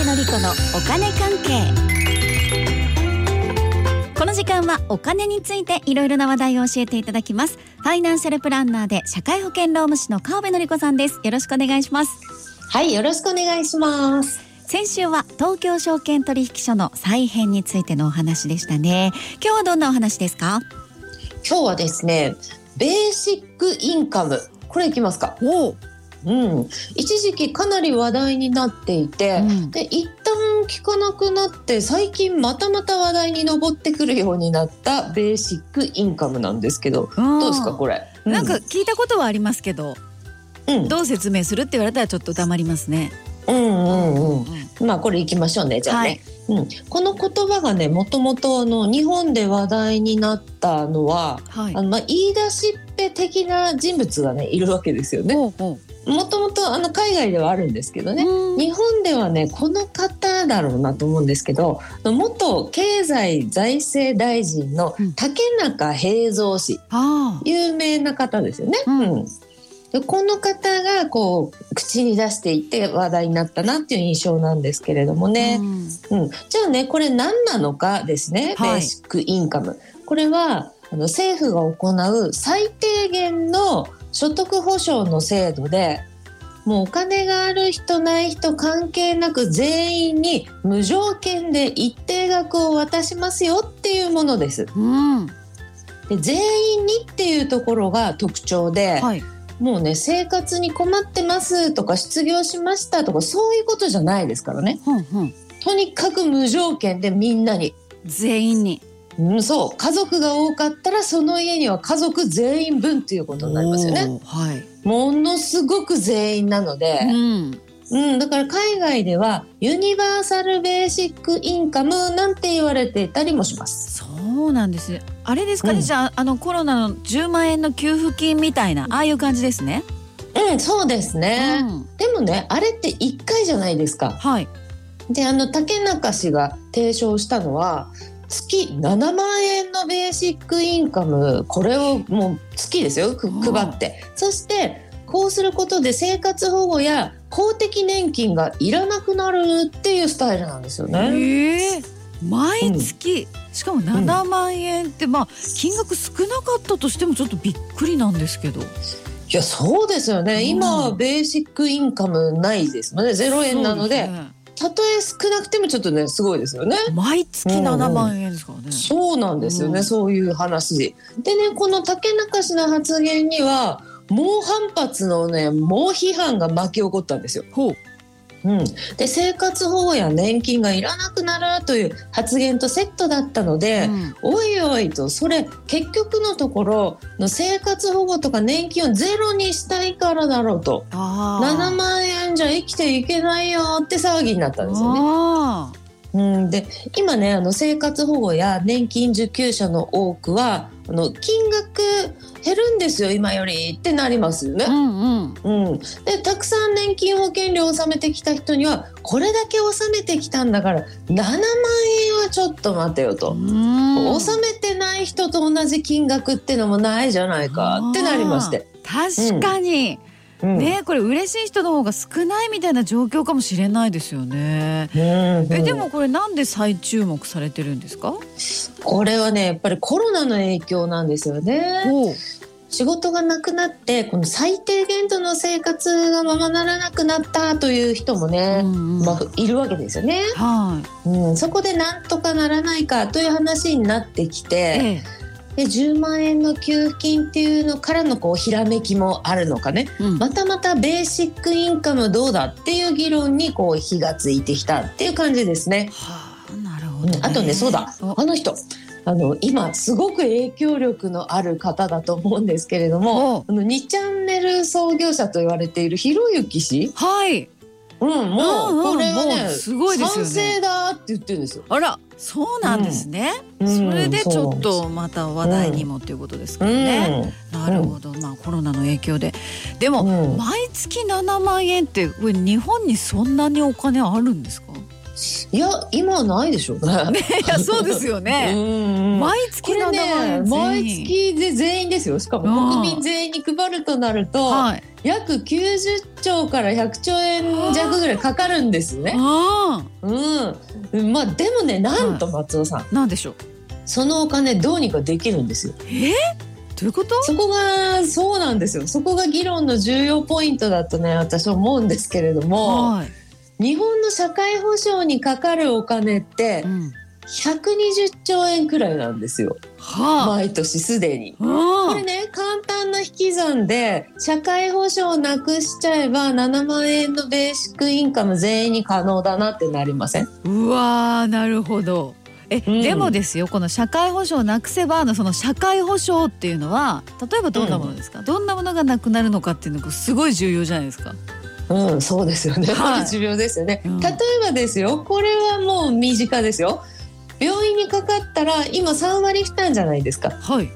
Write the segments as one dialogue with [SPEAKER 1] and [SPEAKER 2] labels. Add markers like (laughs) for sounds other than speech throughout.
[SPEAKER 1] お金関係この時間はお金についていろいろな話題を教えていただきますファイナンシャルプランナーで社会保険労務士の川辺典子さんですよろしくお願いします
[SPEAKER 2] はい、よろしくお願いします。
[SPEAKER 1] 先週は東京証券取引所の再編についてのお話でしたね今日はどんなお話ですか
[SPEAKER 2] 今日はですね、ベーシックインカム。これいきますか。
[SPEAKER 1] お
[SPEAKER 2] うん。一時期かなり話題になっていて、
[SPEAKER 1] うん
[SPEAKER 2] で、一旦聞かなくなって、最近またまた話題に上ってくるようになったベーシックインカムなんですけど、どうですか、これ。
[SPEAKER 3] なんか、聞いたことはありますけど、
[SPEAKER 2] うん、
[SPEAKER 3] どう説明するって言われたらちょっと黙りますね。
[SPEAKER 2] うん、うん、うん。
[SPEAKER 3] うん
[SPEAKER 2] まあこれ行きましょうねじゃあね、うん、この言葉がねもともとあの日本で話題になったのは
[SPEAKER 3] はい
[SPEAKER 2] あ。のまあ言い出しっぺ的な人物がねいるわけですよね。
[SPEAKER 3] ほうほ
[SPEAKER 2] もともとあの海外ではあるんですけど
[SPEAKER 3] う
[SPEAKER 2] ね。
[SPEAKER 3] うん
[SPEAKER 2] 日本ではねこの方だろうなと思うんですけどあの元経済財政大臣の
[SPEAKER 3] うん
[SPEAKER 2] 竹中平蔵氏、
[SPEAKER 3] あ
[SPEAKER 2] 有名な方ですよね。
[SPEAKER 3] うん
[SPEAKER 2] でこの方がこう口に出していて話題になったなっていう印象なんですけれども
[SPEAKER 3] あ。
[SPEAKER 2] ね
[SPEAKER 3] う、ん
[SPEAKER 2] うん、じゃあねこれ何なのかですね、
[SPEAKER 3] はい
[SPEAKER 2] ベーシックインカムこれはあの政府が行う最低限の所得保障の制度でもうお金がある人ない人関係なく全員に無条件で一定額を渡しますよっていうものです。
[SPEAKER 3] うん。
[SPEAKER 2] で全員にっていうところが特徴で、
[SPEAKER 3] はい。
[SPEAKER 2] もうね生活に困ってますとか失業しましたとかそういうことじゃないですからね
[SPEAKER 3] うんうん。
[SPEAKER 2] とにかく無条件でみんなに
[SPEAKER 3] 全員に。
[SPEAKER 2] うん、そう家族が多かったらその家には家族全員分ということになりますよね。
[SPEAKER 3] おーはい。
[SPEAKER 2] ものすごく全員なので、
[SPEAKER 3] うん。
[SPEAKER 2] うんだから海外ではユニバーサル・ベーシック・インカムなんて言われていたりもします。
[SPEAKER 3] そうなんですね。あれですかね、
[SPEAKER 2] うん
[SPEAKER 3] じゃああのコロナの10万円の給付金みたいなああいう感じですね。
[SPEAKER 2] うん、そうですね、
[SPEAKER 3] うん
[SPEAKER 2] でもねあれって1回じゃないですか。
[SPEAKER 3] はい。
[SPEAKER 2] であの竹中氏が提唱したのは月7万円のベーシックインカムこれをもう月ですよく
[SPEAKER 3] うん
[SPEAKER 2] 配ってそしてこうすることで生活保護や公的年金がいらなくなるっていうスタイルなんですよね。
[SPEAKER 3] ええ毎月、しかも7万円って、まあ金額少なかったとしてもちょっとびっくりなんですけど。
[SPEAKER 2] いやそうですよ
[SPEAKER 3] う
[SPEAKER 2] ね
[SPEAKER 3] ん
[SPEAKER 2] 今はベーシックインカムないですもんね0円なの
[SPEAKER 3] そ
[SPEAKER 2] で
[SPEAKER 3] うすね
[SPEAKER 2] たとえ少なくてもちょっとねすごいですよね。
[SPEAKER 3] 毎月
[SPEAKER 2] うんうん
[SPEAKER 3] 7万円ですからね。
[SPEAKER 2] そうなんですよね、
[SPEAKER 3] うん
[SPEAKER 2] そういう話でねこの竹中氏の発言には猛反発のね猛批判が巻き起こったんですよ、
[SPEAKER 3] ほう。
[SPEAKER 2] うん、で生活保護や年金がいらなくなるという発言とセットだったので、おいおいとそれ結局のところの生活保護とか年金をゼロにしたいからだろうと
[SPEAKER 3] あ
[SPEAKER 2] 7万円じゃ生きていけないよって騒ぎになったんですよね。
[SPEAKER 3] あ
[SPEAKER 2] うん、で今ねあの生活保護や年金受給者の多くはあの金額減るんですよ今よりってなります
[SPEAKER 3] ー
[SPEAKER 2] よ
[SPEAKER 3] う
[SPEAKER 2] ね。
[SPEAKER 3] んうん。
[SPEAKER 2] うん、でたくさん年金保険料を納めてきた人にはこれだけ納めてきたんだから7万円はちょっと待てよと。
[SPEAKER 3] うん
[SPEAKER 2] 納めてない人と同じ金額ってのもないじゃないかってなりまして。
[SPEAKER 3] 確かに、
[SPEAKER 2] うん
[SPEAKER 3] ねこれ嬉しい人の方が少ないみたいな状況かもしれないですよね。
[SPEAKER 2] うんうん
[SPEAKER 3] えでもこれなんで再注目されてるんですか？
[SPEAKER 2] これはねやっぱりコロナの影響なんですよね。
[SPEAKER 3] ほう。
[SPEAKER 2] 仕事がなくなってこの最低限度の生活がままならなくなったという人も
[SPEAKER 3] う
[SPEAKER 2] ね、
[SPEAKER 3] んうん
[SPEAKER 2] まあ、いるわけですよね、
[SPEAKER 3] はい。
[SPEAKER 2] うん、そこでなんとかならないかという話になってきて
[SPEAKER 3] え
[SPEAKER 2] で10万円の給付金っていうのからのこうひらめきもあるのかね
[SPEAKER 3] えうん
[SPEAKER 2] またまたベーシックインカムどうだっていう議論にこう火がついてきたっていう感じですね。
[SPEAKER 3] はあなるほ
[SPEAKER 2] う
[SPEAKER 3] ど、
[SPEAKER 2] んあとねそうだ
[SPEAKER 3] お
[SPEAKER 2] あの人あの今すごく影響力のある方だと思うんですけれども。
[SPEAKER 3] お
[SPEAKER 2] あの2チャンネル創業者と言われているひろゆき氏、
[SPEAKER 3] はい。
[SPEAKER 2] うん、
[SPEAKER 3] う
[SPEAKER 2] も
[SPEAKER 3] んう
[SPEAKER 2] うんこれはね,、
[SPEAKER 3] もうすごいですよね
[SPEAKER 2] 賛成だって言ってるんですよ。
[SPEAKER 3] あらそうなんですね。それでちょっとまた話題にもっていうことですか
[SPEAKER 2] うん、
[SPEAKER 3] らね。
[SPEAKER 2] ね、
[SPEAKER 3] なるほど、まあコロナの影響で。でも、
[SPEAKER 2] うん
[SPEAKER 3] 毎月7万円ってこれ日本にそんなにお金あるんですか？
[SPEAKER 2] いや今はないでしょうね。
[SPEAKER 3] いやそうですよね。
[SPEAKER 2] (laughs) うん
[SPEAKER 3] 毎
[SPEAKER 2] こ
[SPEAKER 3] 月7
[SPEAKER 2] れ
[SPEAKER 3] 万
[SPEAKER 2] ね
[SPEAKER 3] 円
[SPEAKER 2] 毎
[SPEAKER 3] 全員。
[SPEAKER 2] 月で全員ですよしか
[SPEAKER 3] うん
[SPEAKER 2] も国民全員に配るとなると、
[SPEAKER 3] はい。
[SPEAKER 2] 約90兆から100兆円弱ぐらいかかるんですね。
[SPEAKER 3] あ
[SPEAKER 2] うん、まあでもねなんと松尾さん、
[SPEAKER 3] あ、なんでしょう。
[SPEAKER 2] そのお金どうにかできるんですよ。
[SPEAKER 3] えー、どういうこと？
[SPEAKER 2] そこがそうなんですよそこが議論の重要ポイントだとね私は思うんですけれども
[SPEAKER 3] はい。
[SPEAKER 2] 日本の社会保障にかかるお金って
[SPEAKER 3] うん。
[SPEAKER 2] 120兆円くらいなんですよ
[SPEAKER 3] はあ。
[SPEAKER 2] 毎年すでに。こ
[SPEAKER 3] あ
[SPEAKER 2] れね簡単な引き算で社会保障をなくしちゃえば7万円のベーシックインカム全員に可能だなってなりません
[SPEAKER 3] あ。うわーなるほど。え、
[SPEAKER 2] ん
[SPEAKER 3] でもですよこの社会保障なくせばのその社会保障っていうのは例えばどんなものですか、どんなものがなくなるのかっていうのがすごい重要じゃないですか。
[SPEAKER 2] うん、そうですよね。
[SPEAKER 3] はい
[SPEAKER 2] これ重要ですよね。
[SPEAKER 3] うん
[SPEAKER 2] 例えばですよ、これはもう身近ですよ。病院にかかったら今3割負担じゃないですか。
[SPEAKER 3] はい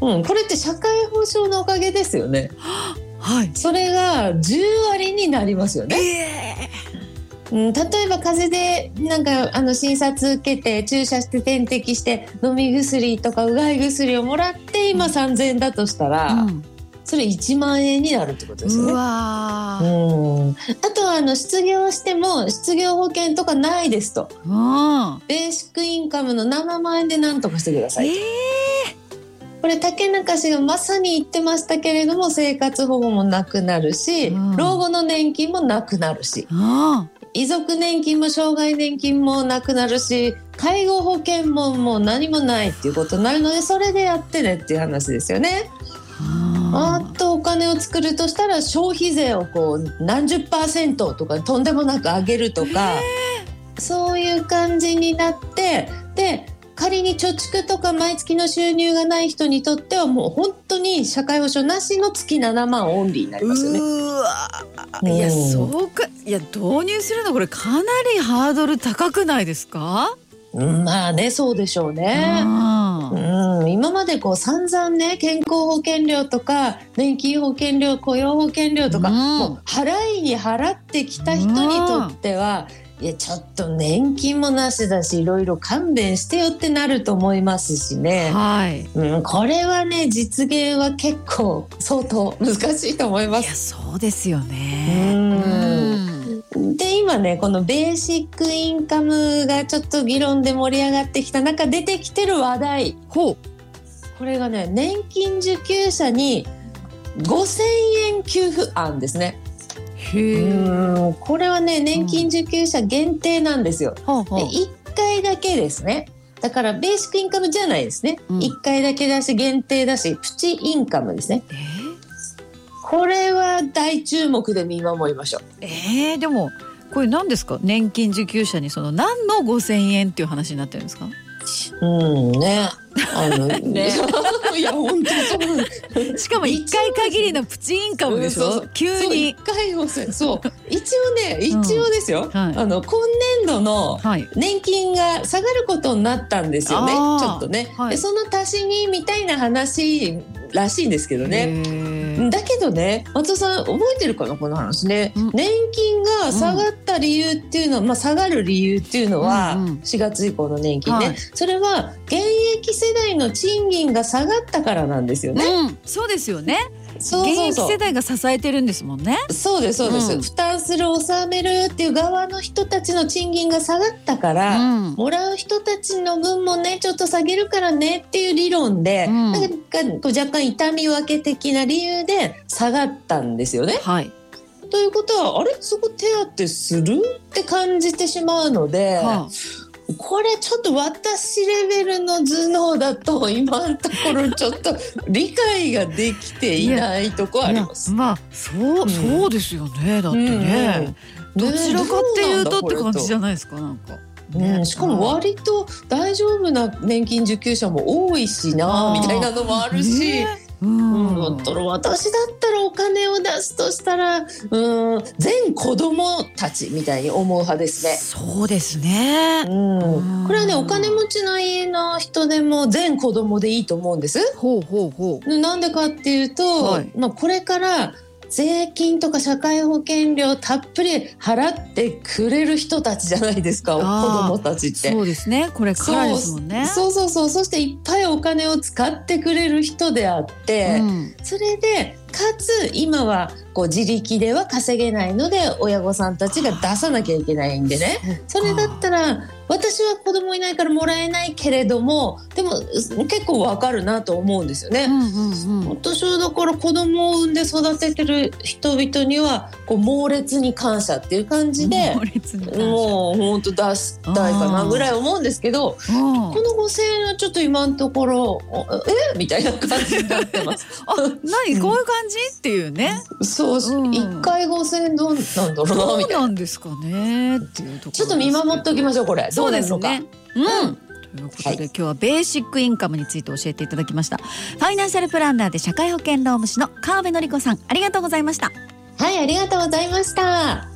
[SPEAKER 2] うん、これって社会保障のおかげですよね。
[SPEAKER 3] はい。
[SPEAKER 2] それが10割になりますよね。
[SPEAKER 3] え
[SPEAKER 2] うん、例えば風邪でなんかあの診察受けて注射して点滴して飲み薬とかうがい薬をもらって今3000円だとしたら、
[SPEAKER 3] うん
[SPEAKER 2] それ1万円になるってことですよね
[SPEAKER 3] う。わ
[SPEAKER 2] う
[SPEAKER 3] ー。
[SPEAKER 2] ん、あとはあの失業しても失業保険とかないですと
[SPEAKER 3] あ
[SPEAKER 2] ベーシックインカムの7万円で何とかしてくだ
[SPEAKER 3] あ。
[SPEAKER 2] さ
[SPEAKER 3] え
[SPEAKER 2] い、
[SPEAKER 3] え
[SPEAKER 2] これ竹中氏がまさに言ってましたけれども生活保護もなくなるし、
[SPEAKER 3] うん
[SPEAKER 2] 老後の年金もなくなるし
[SPEAKER 3] ああ。
[SPEAKER 2] 遺族年金も障害年金もなくなるし介護保険ももう何もないっていうことになるのでそれでやってねっていう話ですよね。
[SPEAKER 3] あ
[SPEAKER 2] あとお金を作るとしたら消費税をこう何十パーセントとかとんでもなく上げるとか、そういう感じになってで仮に貯蓄とか毎月の収入がない人にとってはもう本当に社会保障なしの月7万オンリーになり
[SPEAKER 3] う
[SPEAKER 2] ますよね。
[SPEAKER 3] ーわーいや
[SPEAKER 2] うん
[SPEAKER 3] そうかいや導入するのこれかなりハードル高くないですか、
[SPEAKER 2] うんまあねそうでしょうね。
[SPEAKER 3] あー
[SPEAKER 2] うん、今までこう散々ね健康保険料とか年金保険料雇用保険料とか、
[SPEAKER 3] うん
[SPEAKER 2] もう払いに払ってきた人にとっては、いやちょっと年金もなしだしいろいろ勘弁してよってなると思いますしね、
[SPEAKER 3] はい
[SPEAKER 2] うん、これはね実現は結構相当難しいと思いま
[SPEAKER 3] いや
[SPEAKER 2] す。
[SPEAKER 3] そうですよね
[SPEAKER 2] うん
[SPEAKER 3] うん
[SPEAKER 2] で今ねこのベーシックインカムがちょっと議論で盛り上がってきた中出てきてる話題
[SPEAKER 3] ほう
[SPEAKER 2] これがね年金受給者に5000円給付案ですね。う
[SPEAKER 3] へえ
[SPEAKER 2] ーんこれはね年金受給者限定なんですよ。
[SPEAKER 3] ほう
[SPEAKER 2] で
[SPEAKER 3] ほう
[SPEAKER 2] 1回だけですね。だからベーシックインカムじゃないですね。
[SPEAKER 3] うん
[SPEAKER 2] 1回だけだし限定だしプチインカムですね。
[SPEAKER 3] え
[SPEAKER 2] これは大注目で見守りましょう。
[SPEAKER 3] ー、えー、でもこれ何ですか年金受給者にその何の5,000円っていう話になってるんですか
[SPEAKER 2] うんね。あ
[SPEAKER 3] (laughs)
[SPEAKER 2] のね (laughs) いや本当そうなんです
[SPEAKER 3] しかも一回限りのプチインカムでしょ、
[SPEAKER 2] うんそうそう
[SPEAKER 3] 急
[SPEAKER 2] そう
[SPEAKER 3] に
[SPEAKER 2] 一回もそうそう一応ね一応ですよ。
[SPEAKER 3] はい
[SPEAKER 2] あの今年度の
[SPEAKER 3] はい
[SPEAKER 2] 年金が下がることになったんですよね
[SPEAKER 3] あー
[SPEAKER 2] ちょっとね、
[SPEAKER 3] はい
[SPEAKER 2] でその足しにみたいな話らしいんですけどね。
[SPEAKER 3] ね
[SPEAKER 2] だけどね松尾さん覚えてるかなこの話ね、
[SPEAKER 3] うん
[SPEAKER 2] 年金が下がった理由っていうのは、まあ、下がる理由っていうのは、
[SPEAKER 3] うんうん
[SPEAKER 2] 4月以降の年金ね、
[SPEAKER 3] はい
[SPEAKER 2] それは現役世代の賃金が下がったからなんですよね。
[SPEAKER 3] うん、そうですよね。
[SPEAKER 2] そうそう
[SPEAKER 3] 現
[SPEAKER 2] そ
[SPEAKER 3] 役世
[SPEAKER 2] う
[SPEAKER 3] 代が支えてるんですもんね。
[SPEAKER 2] そうですそうです、
[SPEAKER 3] うん
[SPEAKER 2] 負担する納めるっていう側の人たちの賃金が下がったから、
[SPEAKER 3] うん
[SPEAKER 2] もらう人たちの分もねちょっと下げるからねっていう理論で、
[SPEAKER 3] うん
[SPEAKER 2] なんかこう若干痛み分け的な理由で下がったんですよね。
[SPEAKER 3] はい。
[SPEAKER 2] ということはあれそこ手当するって感じてしまうので、
[SPEAKER 3] は
[SPEAKER 2] これちょっと私レベルの頭脳だと今のところちょっと理解ができていないとこ
[SPEAKER 3] あ、
[SPEAKER 2] あ
[SPEAKER 3] い
[SPEAKER 2] り
[SPEAKER 3] や
[SPEAKER 2] ます。
[SPEAKER 3] まあ、そう、
[SPEAKER 2] うん
[SPEAKER 3] そうですよね。だってね。
[SPEAKER 2] うん
[SPEAKER 3] どちらかっていうとって感じじ
[SPEAKER 2] ゃ
[SPEAKER 3] ゃないですか。なんか。
[SPEAKER 2] うん、しかも割と大丈夫な年金受給者も多いしな
[SPEAKER 3] あー
[SPEAKER 2] みたいなのもあ
[SPEAKER 3] あ
[SPEAKER 2] るし、
[SPEAKER 3] うん。
[SPEAKER 2] うん、だったら私だったらお金を出すとしたらうん全子供たちみたいに思う派ですね。
[SPEAKER 3] そうですね。
[SPEAKER 2] うん、これはね
[SPEAKER 3] うん
[SPEAKER 2] お金持ちの家の人でも全子供でいいと思うんです。
[SPEAKER 3] ほうほうほう。
[SPEAKER 2] なんでかっていうと、
[SPEAKER 3] はい
[SPEAKER 2] まあ、これから税金とか社会保険料たっぷり払ってくれる人たちじゃないですか子
[SPEAKER 3] あー
[SPEAKER 2] 供たちって。
[SPEAKER 3] そうですねこれからですもんね
[SPEAKER 2] そうそうそうそしていっぱいお金を使ってくれる人であって、
[SPEAKER 3] うん
[SPEAKER 2] それでかつ今はこう自力では稼げないので親御さんたちが出さなきゃいけないんでねそれだったら私は子供いないからもらえないけれどもでも結構わかるなと思うんですよね。
[SPEAKER 3] うんうんうん
[SPEAKER 2] 私はだから子供を産んで育ててる人々にはこう猛烈に感謝っていう感じで
[SPEAKER 3] 猛烈に感謝
[SPEAKER 2] もう本当出したいかなぐらい思うんですけど
[SPEAKER 3] うん
[SPEAKER 2] この5000円はちょっと今のところおえみたいな感じになっ
[SPEAKER 3] (laughs)
[SPEAKER 2] てます。
[SPEAKER 3] あ何こういう感じっていうね
[SPEAKER 2] そう
[SPEAKER 3] う
[SPEAKER 2] そ
[SPEAKER 3] ん
[SPEAKER 2] う一、回5000円どうなんだろうな
[SPEAKER 3] ど
[SPEAKER 2] み
[SPEAKER 3] う
[SPEAKER 2] たいな
[SPEAKER 3] なんですかねっていうところ
[SPEAKER 2] ちょっと見守っておきましょうこれど
[SPEAKER 3] そう
[SPEAKER 2] うな
[SPEAKER 3] で
[SPEAKER 2] る
[SPEAKER 3] す
[SPEAKER 2] のか
[SPEAKER 3] ねうん
[SPEAKER 2] うん
[SPEAKER 3] ということで、今日はベーシックインカムについて教えていただきましたファイナンシャルプランナーで社会保険労務士の川辺典子さんありがとうございました
[SPEAKER 2] はいありがとうございました。